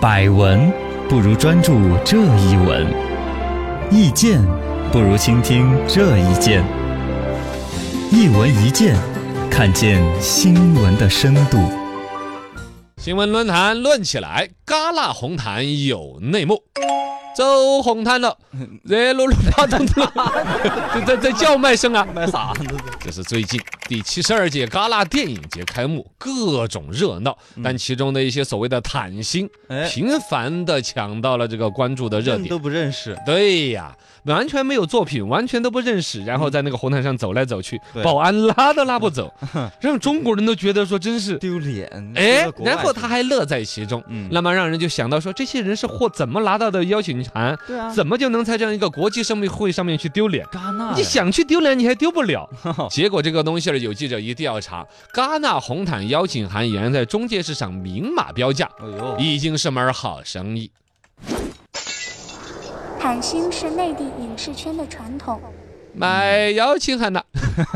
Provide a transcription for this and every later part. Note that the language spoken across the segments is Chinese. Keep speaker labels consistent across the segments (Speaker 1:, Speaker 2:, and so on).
Speaker 1: 百闻不如专注这一闻，意见不如倾听这一见。一闻一见，看见新闻的深度。
Speaker 2: 新闻论坛论起来，戛纳红毯有内幕，走红毯 了，热噜噜巴咚咚了，这这这叫卖声啊！
Speaker 3: 卖啥子的？
Speaker 2: 这是最近第七十二届戛纳电影节开幕，各种热闹，但其中的一些所谓的毯星，
Speaker 3: 嗯哎，嗯
Speaker 2: 频繁的抢到了这个关注的热
Speaker 3: 认
Speaker 2: 点
Speaker 3: 都。不认识，
Speaker 2: 对呀，完全没有作品，完全都不认识，然后在那个红毯上走来走去，
Speaker 3: 嗯对
Speaker 2: 保安拉都拉不 走，让中国人都觉得说真是。
Speaker 3: 丢脸。
Speaker 2: 哎
Speaker 3: 说到，国外
Speaker 2: 然后
Speaker 3: 去
Speaker 2: 他还乐在其中，
Speaker 3: 嗯
Speaker 2: 那么让人就想到说，这些人是获怎么拿到的邀请函，
Speaker 3: 对啊，
Speaker 2: 怎么就能在这样一个国际生命会上面去丢脸？
Speaker 3: 戛纳
Speaker 2: 你
Speaker 3: 呀
Speaker 2: 想去丢脸，你还丢不了。
Speaker 3: 嗯
Speaker 2: 结果这个东西儿，有记者一调查，戛纳红毯邀请函已然在中介市场明码标价，
Speaker 3: 哎呦，
Speaker 2: 已经是门儿好生意。
Speaker 4: 谈星是内地影视圈的传统，
Speaker 3: 嗯
Speaker 2: 买邀请函 了，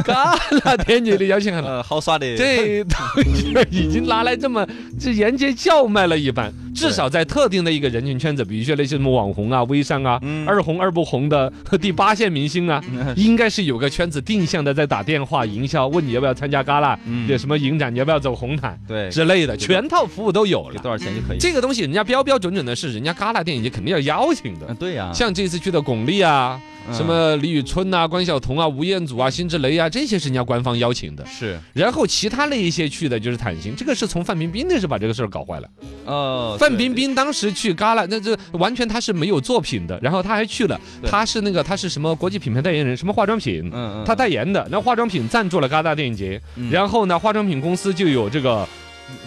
Speaker 2: 戛纳电影的邀请函了。
Speaker 3: 呃，好耍的。
Speaker 2: 这东西儿已经拿来这么这沿街叫卖了一般，至少在特定的一个人群圈子，比如说那些什么网红啊、微商啊、
Speaker 3: 嗯
Speaker 2: 二红二不红的第八线明星啊，应该是有个圈子定向的在打电话营销，问你要不要参加戛纳，
Speaker 3: 嗯
Speaker 2: 有什么影展，你要不要走红毯
Speaker 3: 对，
Speaker 2: 之类的，
Speaker 3: 这个
Speaker 2: 全套服务都有
Speaker 3: 给
Speaker 2: 了。
Speaker 3: 多少钱就可以？
Speaker 2: 这个东西人家标标准准的是人家戛纳电影节肯定要邀请的
Speaker 3: 嗯，，对呀，
Speaker 2: 像这次去的巩俐啊，
Speaker 3: 嗯
Speaker 2: 什么李宇春呐、关晓彤啊、吴彦祖啊、辛芷蕾啊，这些是人家官方邀请的。
Speaker 3: 是
Speaker 2: 然后其他那一些去的就是坦行，这个是从范冰冰那是把这个事儿搞坏了。
Speaker 3: 哦，
Speaker 2: 呃范
Speaker 3: 对
Speaker 2: 冰冰当时去戛纳，那这完全她是没有作品的，然后她还去了，
Speaker 3: 对
Speaker 2: 她是那个她是什么国际品牌代言人，什么化妆品，
Speaker 3: 嗯嗯，
Speaker 2: 她代言的，那化妆品赞助了戛纳电影节，
Speaker 3: 嗯
Speaker 2: 然后呢，化妆品公司就有这个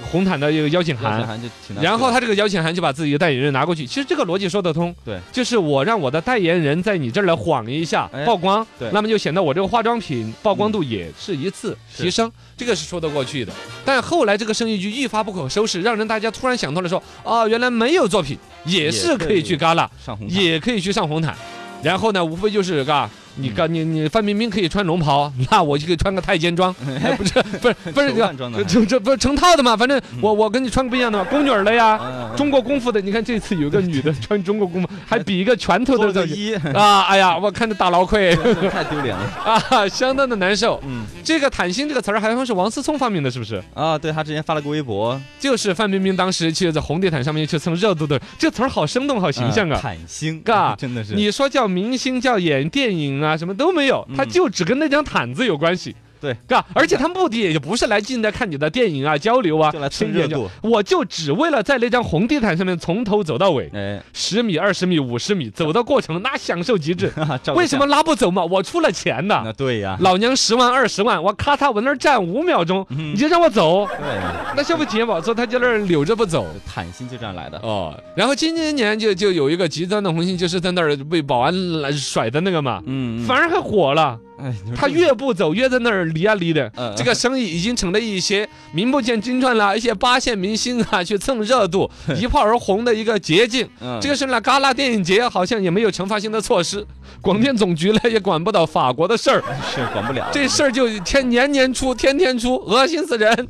Speaker 2: 红毯的一个邀请
Speaker 3: 邀请
Speaker 2: 函。
Speaker 3: 函就挺难
Speaker 2: 然后
Speaker 3: 说的
Speaker 2: 他这个邀请函就把自己的代言人拿过去，其实这个逻辑说得通。
Speaker 3: 对，
Speaker 2: 就是我让我的代言人在你这儿来晃一下
Speaker 3: 哎
Speaker 2: 曝光，
Speaker 3: 对嗯
Speaker 2: 那么就显得我这个化妆品曝光度也是一次
Speaker 3: 是
Speaker 2: 提升，这个是说得过去的。但后来这个生意就一发不可收拾，让人大家突然想通了说，哦，原来没有作品也
Speaker 3: 也
Speaker 2: 是可以去
Speaker 3: 可
Speaker 2: 戛纳，
Speaker 3: 上红毯
Speaker 2: 也可以去上红毯。然后呢，无非就是嘎，
Speaker 3: 嗯
Speaker 2: 你嘎你你范冰冰可以穿龙袍，那我就可以穿个太监 装，哎不是不是不是
Speaker 3: 手
Speaker 2: 这
Speaker 3: 办装的嗯
Speaker 2: 这这
Speaker 3: 还，
Speaker 2: 这不是成套的嘛？反正我我跟你穿个不一样的嘛，宫女儿的呀，
Speaker 3: 嗯嗯
Speaker 2: 中国功夫的，你看这次有个 女的穿中国功夫，还比一个拳头
Speaker 3: 多了
Speaker 2: 的造
Speaker 3: 个
Speaker 2: 型
Speaker 3: 一，
Speaker 2: 啊！哎呀，我看着打脑壳
Speaker 3: 太丢脸了。
Speaker 2: 啊，相当的难受。
Speaker 3: 嗯
Speaker 2: 这个“坦心”这个词儿好像是王思聪发明的，是不是？
Speaker 3: 啊，对他之前发了个微博，
Speaker 2: 就是范冰冰当时去在红地毯上面去蹭热度的，这词儿好生动，好 形象
Speaker 3: 嗯
Speaker 2: 啊！
Speaker 3: 坦星，
Speaker 2: 嘎
Speaker 3: 真的是
Speaker 2: 你说叫明星叫演电影啊，什么都没有，
Speaker 3: 嗯
Speaker 2: 他就只跟那张毯子有关系。
Speaker 3: 对，
Speaker 2: 嘎，而且他目的也不是来进来看你的电影啊、交流啊、
Speaker 3: 就来蹭
Speaker 2: 听
Speaker 3: 热
Speaker 2: 研究，
Speaker 3: 度，
Speaker 2: 我就只为了在那张红地毯上面从头走到尾，
Speaker 3: 哎，。
Speaker 2: 十米、二十米、五十米，走的过程那享受极致
Speaker 3: 哈哈
Speaker 2: 为什么？拉不走嘛？我出了钱
Speaker 3: 照个相那
Speaker 2: 呐，
Speaker 3: 对呀，
Speaker 2: 老娘十万、二十万，我咔嚓往那儿站五秒钟，
Speaker 3: 嗯
Speaker 2: 你就让我走，
Speaker 3: 对，
Speaker 2: 那消费体验不好，所以他就那儿扭着不走。
Speaker 3: 坦星就这样来的。
Speaker 2: 哦，然后今年就就有一个极端的红星，就是在那儿被保安来甩的那个嘛，
Speaker 3: 嗯，
Speaker 2: 反而还火了。
Speaker 3: 哎，你说
Speaker 2: 他
Speaker 3: 这
Speaker 2: 越不走，越在那儿离啊离的。
Speaker 3: 嗯
Speaker 2: 这个生意已经成了一些名不见经传了，一些八线明星啊 去蹭热度、一炮而红的一个捷径。
Speaker 3: 嗯
Speaker 2: 这个事呢，戛纳电影节好像也没有惩罚性的措施，广电总局呢也管不到法国的事儿，
Speaker 3: 是管不了
Speaker 2: 这事儿就天年年出，天天出，恶心死人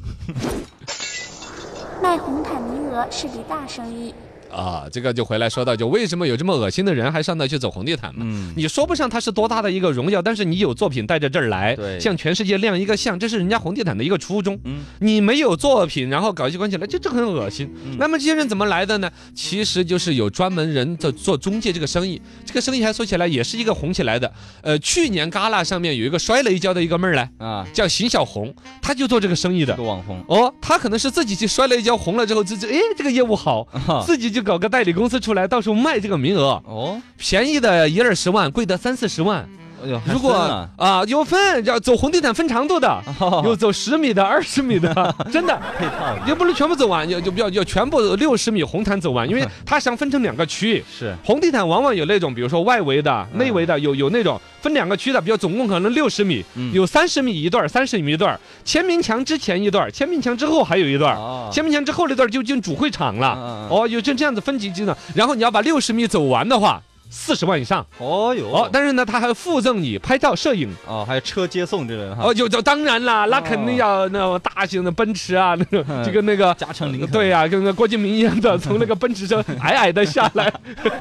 Speaker 4: 卖红毯名额是笔大生意。
Speaker 2: 啊！这个就回来说到，就为什么有这么恶心的人还上那去走红地毯嘛？
Speaker 3: 嗯，
Speaker 2: 你说不上他是多大的一个荣耀，但是你有作品带着这儿来，
Speaker 3: 对
Speaker 2: 向全世界亮一个相，这是人家红地毯的一个初衷。
Speaker 3: 嗯
Speaker 2: 你没有作品，然后搞一些关系来，这这很恶心。
Speaker 3: 嗯
Speaker 2: 那么这些人怎么来的呢？其实就是有专门人在做中介这个生意，这个生意还说起来也是一个红起来的。呃，去年戛纳上面有一个摔了一跤的一个妹儿来，
Speaker 3: 啊，
Speaker 2: 叫邢小红，她就做这个生意的
Speaker 3: 这个。网红，
Speaker 2: 哦，她可能是自己去摔了一跤，红了之后，自己哎这个业务好，
Speaker 3: 啊
Speaker 2: 自己就搞个代理公司出来，到处卖这个名额，
Speaker 3: 哦，
Speaker 2: 便宜的一二十万，贵的三四十万。
Speaker 3: 哎呦，还
Speaker 2: 如果
Speaker 3: 分啊
Speaker 2: 啊有分，要走红地毯分长度的，
Speaker 3: 哦
Speaker 2: 有走十米的、二十米的， 真的。
Speaker 3: 配套的
Speaker 2: 也不能全部走完，要就不要要全部六十米红毯走完，因为它想分成两个区。
Speaker 3: 是
Speaker 2: 红地毯往往有那种，比如说外围的、
Speaker 3: 嗯
Speaker 2: 内围的，有有那种分两个区的，比如总共可能六十米，
Speaker 3: 嗯
Speaker 2: 有三十米一段儿，三十米一段儿，签名墙之前一段儿，签名墙之后还有一段儿，哦
Speaker 3: 哦
Speaker 2: 签名墙之后那段儿就进主会场了。
Speaker 3: 嗯嗯嗯
Speaker 2: 哦，有这这样子分级制的，然后你要把六十米走完的话，四十万以上
Speaker 3: 哦哟，
Speaker 2: 哦，但是呢，他还附赠你拍照、摄影。
Speaker 3: 哦，还有车接送之类的哈，
Speaker 2: 哦，有就当然啦，那肯定要那种大型的奔驰啊，那种就跟那个
Speaker 3: 加长林肯
Speaker 2: 对呀、跟那郭敬明一样 的，从那个奔驰车矮矮的下来，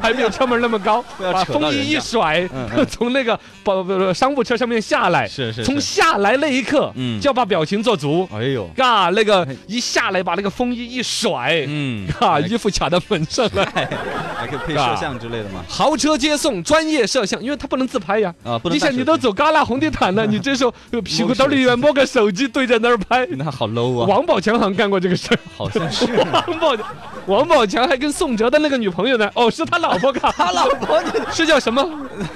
Speaker 2: 还没有车门那么高，
Speaker 3: 不要
Speaker 2: 把
Speaker 3: 扯到
Speaker 2: 风
Speaker 3: 人
Speaker 2: 衣一
Speaker 3: 家
Speaker 2: 甩
Speaker 3: 嗯，嗯
Speaker 2: 从那个不不商务车上面下来，
Speaker 3: 是是
Speaker 2: 从
Speaker 3: 是，
Speaker 2: 下来那一刻，
Speaker 3: 嗯
Speaker 2: 就要把表情做足，
Speaker 3: 哎呦，
Speaker 2: 嘎，那个一下来把那个风衣一甩，
Speaker 3: 嗯，
Speaker 2: 嘎，
Speaker 3: 还
Speaker 2: 衣服卡到门上了。
Speaker 3: 还可以配
Speaker 2: 是吧
Speaker 3: 摄像之类的嘛，
Speaker 2: 豪车接送，专业摄像，因为他不能自拍呀。
Speaker 3: 啊，不能
Speaker 2: 你
Speaker 3: 带
Speaker 2: 想，
Speaker 3: 手
Speaker 2: 你都
Speaker 3: 机，
Speaker 2: 走旮旯红地毯 了，你这时候呃屁股兜里面摸个手机对着那儿拍。
Speaker 3: 那好 low 啊，
Speaker 2: 王宝强好像干过这个事儿，
Speaker 3: 好像是
Speaker 2: 王宝 王宝强还跟宋喆的那个女朋友呢，哦，是他老婆嘎，他老婆 是叫什么？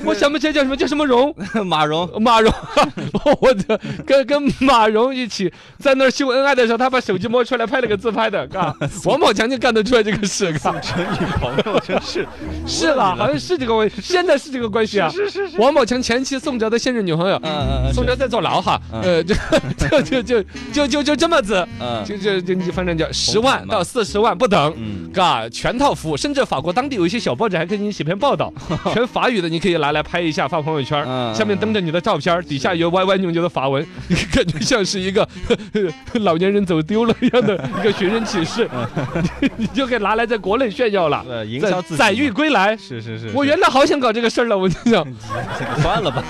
Speaker 2: 我想不起来叫什么，叫什么荣，
Speaker 3: 马蓉，
Speaker 2: 马蓉， 我的跟跟马蓉一起在那儿秀恩爱的时候，他把手机摸出来拍了个自拍的，嘎，王宝强就干得出来这个事，嘎，
Speaker 3: 女朋友真是
Speaker 2: 是吧？好像是这个关系，现在是这个关系啊。是是是。王宝强前妻宋喆的现任女朋友，
Speaker 3: 嗯嗯
Speaker 2: 宋
Speaker 3: 嗯
Speaker 2: 喆在坐牢哈，
Speaker 3: 嗯
Speaker 2: 呃，就 就就就就就就这么子，
Speaker 3: 嗯
Speaker 2: 就就就就反正就十
Speaker 3: 红毯
Speaker 2: 万
Speaker 3: 嘛
Speaker 2: 到四十万不等。
Speaker 3: 嗯，
Speaker 2: 嘎，全套服务，甚至法国当地有一些小报纸还跟你写篇报 道，全法语的，你可以拿来拍一下发朋友圈
Speaker 3: 嗯嗯嗯
Speaker 2: 儿，下面登着你的照片儿，底下有歪歪扭扭的法文， 感觉像是一个 呵呵老年人走丢了一 样的一个寻人启事， 你你就可以拿来在国内炫耀了，
Speaker 3: 呃，嗯营销
Speaker 2: 载
Speaker 3: 自己
Speaker 2: 载誉归来。
Speaker 3: 是是是，
Speaker 2: 我原来好想搞这个事儿了，我就 想，
Speaker 3: 来算 了吧，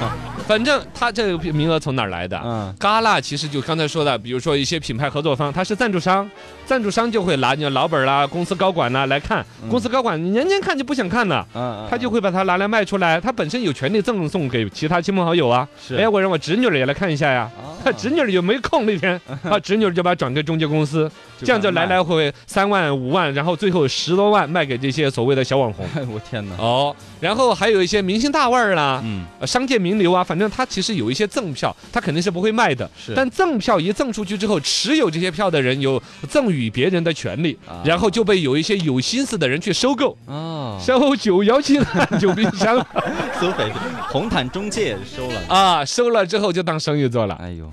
Speaker 2: 反正他这个名额从哪儿来的？啊
Speaker 3: 嗯
Speaker 2: 戛纳其实就刚才说的，比如说一些品牌合作方，他是赞助商，赞助商就会拿你的老板啦、公司高管啦啊来看，公司高管你年年看就不想看了。
Speaker 3: 嗯，
Speaker 2: 他就会把它拿来卖出来，他本身有权利赠送给其他亲朋好友啊。
Speaker 3: 是哦
Speaker 2: 哎，我让我侄女儿也来看一下呀。他
Speaker 3: 他
Speaker 2: 侄女儿有没空那 天，啊，侄女儿就把它转给中介公司，这样就来来回回三万五万，然后最后十多万卖给这些所谓的小网红。
Speaker 3: 哎，我天哪！
Speaker 2: 哦，然后还有一些明星大腕儿啦，
Speaker 3: 嗯，
Speaker 2: 呃商界名流啊，反正他其实有一些赠票，他肯定是不会卖的。
Speaker 3: 是
Speaker 2: 但赠票一赠出去之后，持有这些票的人有赠与别人的权利，
Speaker 3: 啊
Speaker 2: 然后就被有一些有心思的人去收购，
Speaker 3: 哦，
Speaker 2: 收 九摇旗烂酒冰箱
Speaker 3: 啊苏菲，红毯中介收了。
Speaker 2: 啊，收了之后就当生意做了。
Speaker 3: 哎呦，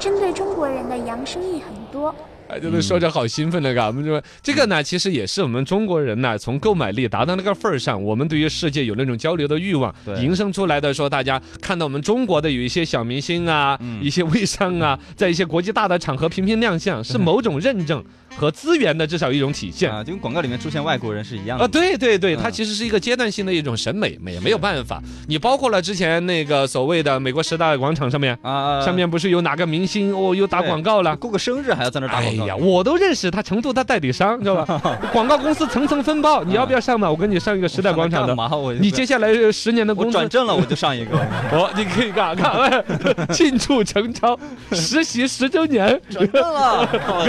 Speaker 4: 针对中国人的洋生意很多，
Speaker 2: 哎，真的说着好兴奋的
Speaker 3: 嗯
Speaker 2: 感，我们说这个呢，其实也是我们中国人呢，从购买力达到那个份儿上，我们对于世界有那种交流的欲望
Speaker 3: 对，
Speaker 2: 营生出来的说，大家看到我们中国的有一些小明星啊，
Speaker 3: 嗯
Speaker 2: 一些微商 啊，在一些国际大的场合频频亮相，是某种认证和资源的至少一种体现。
Speaker 3: 啊，就跟广告里面出现外国人是一样的
Speaker 2: 啊，。对对对，它
Speaker 3: 嗯
Speaker 2: 其实是一个阶段性的一种审美，也没有办法。你包括了之前那个所谓的美国十大广场上面，
Speaker 3: 啊，
Speaker 2: 上面不是有哪个明星哦又打
Speaker 3: 对
Speaker 2: 广告了？
Speaker 3: 过个生日还要在那儿打
Speaker 2: 哎
Speaker 3: 广告。
Speaker 2: 呀，我都认识他成都他代理商，知道 吧？广告公司层层分包，你要不要上嘛？我跟你上一个时代广场的
Speaker 3: 干，嘛？嗯我
Speaker 2: 你接下来十年的
Speaker 3: 我
Speaker 2: 工作
Speaker 3: 转，正了我就上一个。
Speaker 2: 哦，你可以干干，哎 庆祝陈超实习十周年，
Speaker 3: 转正了。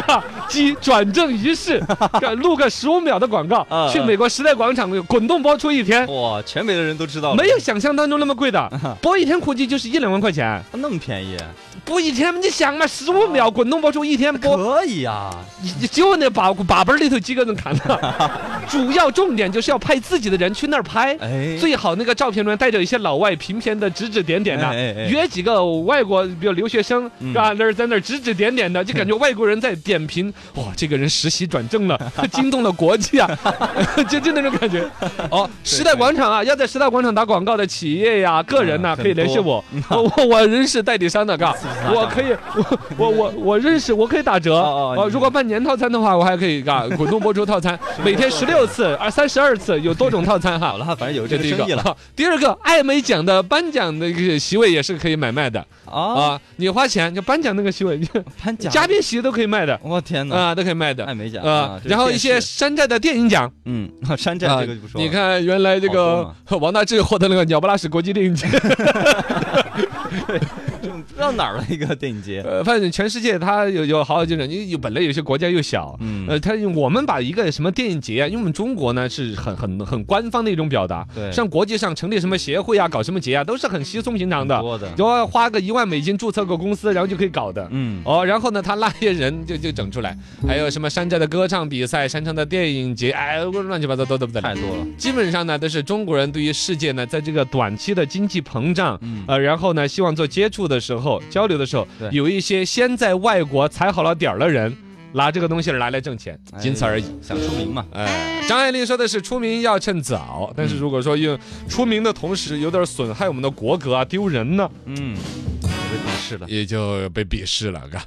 Speaker 2: 啊即转正仪 式，干录个十五秒的广告
Speaker 3: 嗯，哦
Speaker 2: 去美国时代广场滚动播出一 天，
Speaker 3: 哇，全美的人都知道了。
Speaker 2: 没有想象当中那么贵
Speaker 3: 嗯
Speaker 2: 的，播一天估计就是一两万块钱，
Speaker 3: 啊那么便宜，
Speaker 2: 播一天你想嘛，十五
Speaker 3: 哦
Speaker 2: 秒滚动播出一天播
Speaker 3: 可以啊。
Speaker 2: 你你就那把把本儿里头几个人砍了，主要重点就是要派自己的人去那儿拍。
Speaker 3: 哎，
Speaker 2: 最好那个照片里面带着一些老外评片的指指点点的，
Speaker 3: 哎哎哎
Speaker 2: 约几个外国，比如留学生，
Speaker 3: 嗯
Speaker 2: 啊，那儿在那儿指指点点的，就感觉外国人在点评，哇，这个人实习转正 了，惊动了国际啊，就就那种感觉。哦，时代广场啊，要在时代广场打广告的企业呀、个人呐、
Speaker 3: 嗯
Speaker 2: 可以联系
Speaker 3: 很多
Speaker 2: 我，我我我认识代理商的，嘎，我可以，我我我我认识，我可以打折。
Speaker 3: 哦哦
Speaker 2: 哦，如果办年套餐的话，我还可以嘎滚动播出套 餐，每天十六次，二三十二次，有多种套餐哈。好
Speaker 3: 好了，反正有
Speaker 2: 这
Speaker 3: 这
Speaker 2: 是第
Speaker 3: 个
Speaker 2: 一
Speaker 3: 生意
Speaker 2: 个。
Speaker 3: 了
Speaker 2: 哈 第二个，艾美奖的颁奖的一个席位也是可以买卖的
Speaker 3: 啊。
Speaker 2: 啊，你花钱就颁奖那个席位，
Speaker 3: 颁 奖，
Speaker 2: 嘉宾席都可以卖的
Speaker 3: 我天哪，
Speaker 2: 啊，都可以卖
Speaker 3: 艾
Speaker 2: 的。
Speaker 3: 美奖
Speaker 2: 啊，然后一些山寨的电影奖，
Speaker 3: 嗯， 山寨
Speaker 2: 啊
Speaker 3: 这个就不说了。
Speaker 2: 你看原来这个
Speaker 3: 好
Speaker 2: 王大治获得那个鸟不拉屎国际电影节，
Speaker 3: 这不知道哪儿的一个电影节，
Speaker 2: 呃，反正全世界它有有好几种，因为有本来有些国家又小，
Speaker 3: 嗯
Speaker 2: 呃，它我们把一个什么电影节啊，因为我们中国呢是很很很官方的一种表达，
Speaker 3: 对
Speaker 2: 像国际上成立什么协会啊，搞什么节啊，都是很稀松平常的，
Speaker 3: 多的，
Speaker 2: 就要花个一万美金注册个公司，然后就可以搞的。
Speaker 3: 嗯，
Speaker 2: 哦，然后呢，他那些人就就整出来，还有什么山寨的歌唱比赛、山唱的电影节，哎，乱七八糟都得不得了
Speaker 3: 太。多了，
Speaker 2: 基本上呢，都是中国人对于世界呢，在这个短期的经济膨胀，
Speaker 3: 嗯
Speaker 2: 呃，然后呢，希望做接触的时候、交流的时候
Speaker 3: 对，
Speaker 2: 有一些先在外国踩好了点儿的人。拿这个东西来来挣钱，仅此而已。
Speaker 3: 哎，想出名嘛？
Speaker 2: 哎，张爱玲说的是出名要趁早，但是如果说用出名的同时有点损害我们的国格啊，丢人呢，
Speaker 3: 嗯，也被鄙视了。
Speaker 2: 也就被鄙视了，嘎。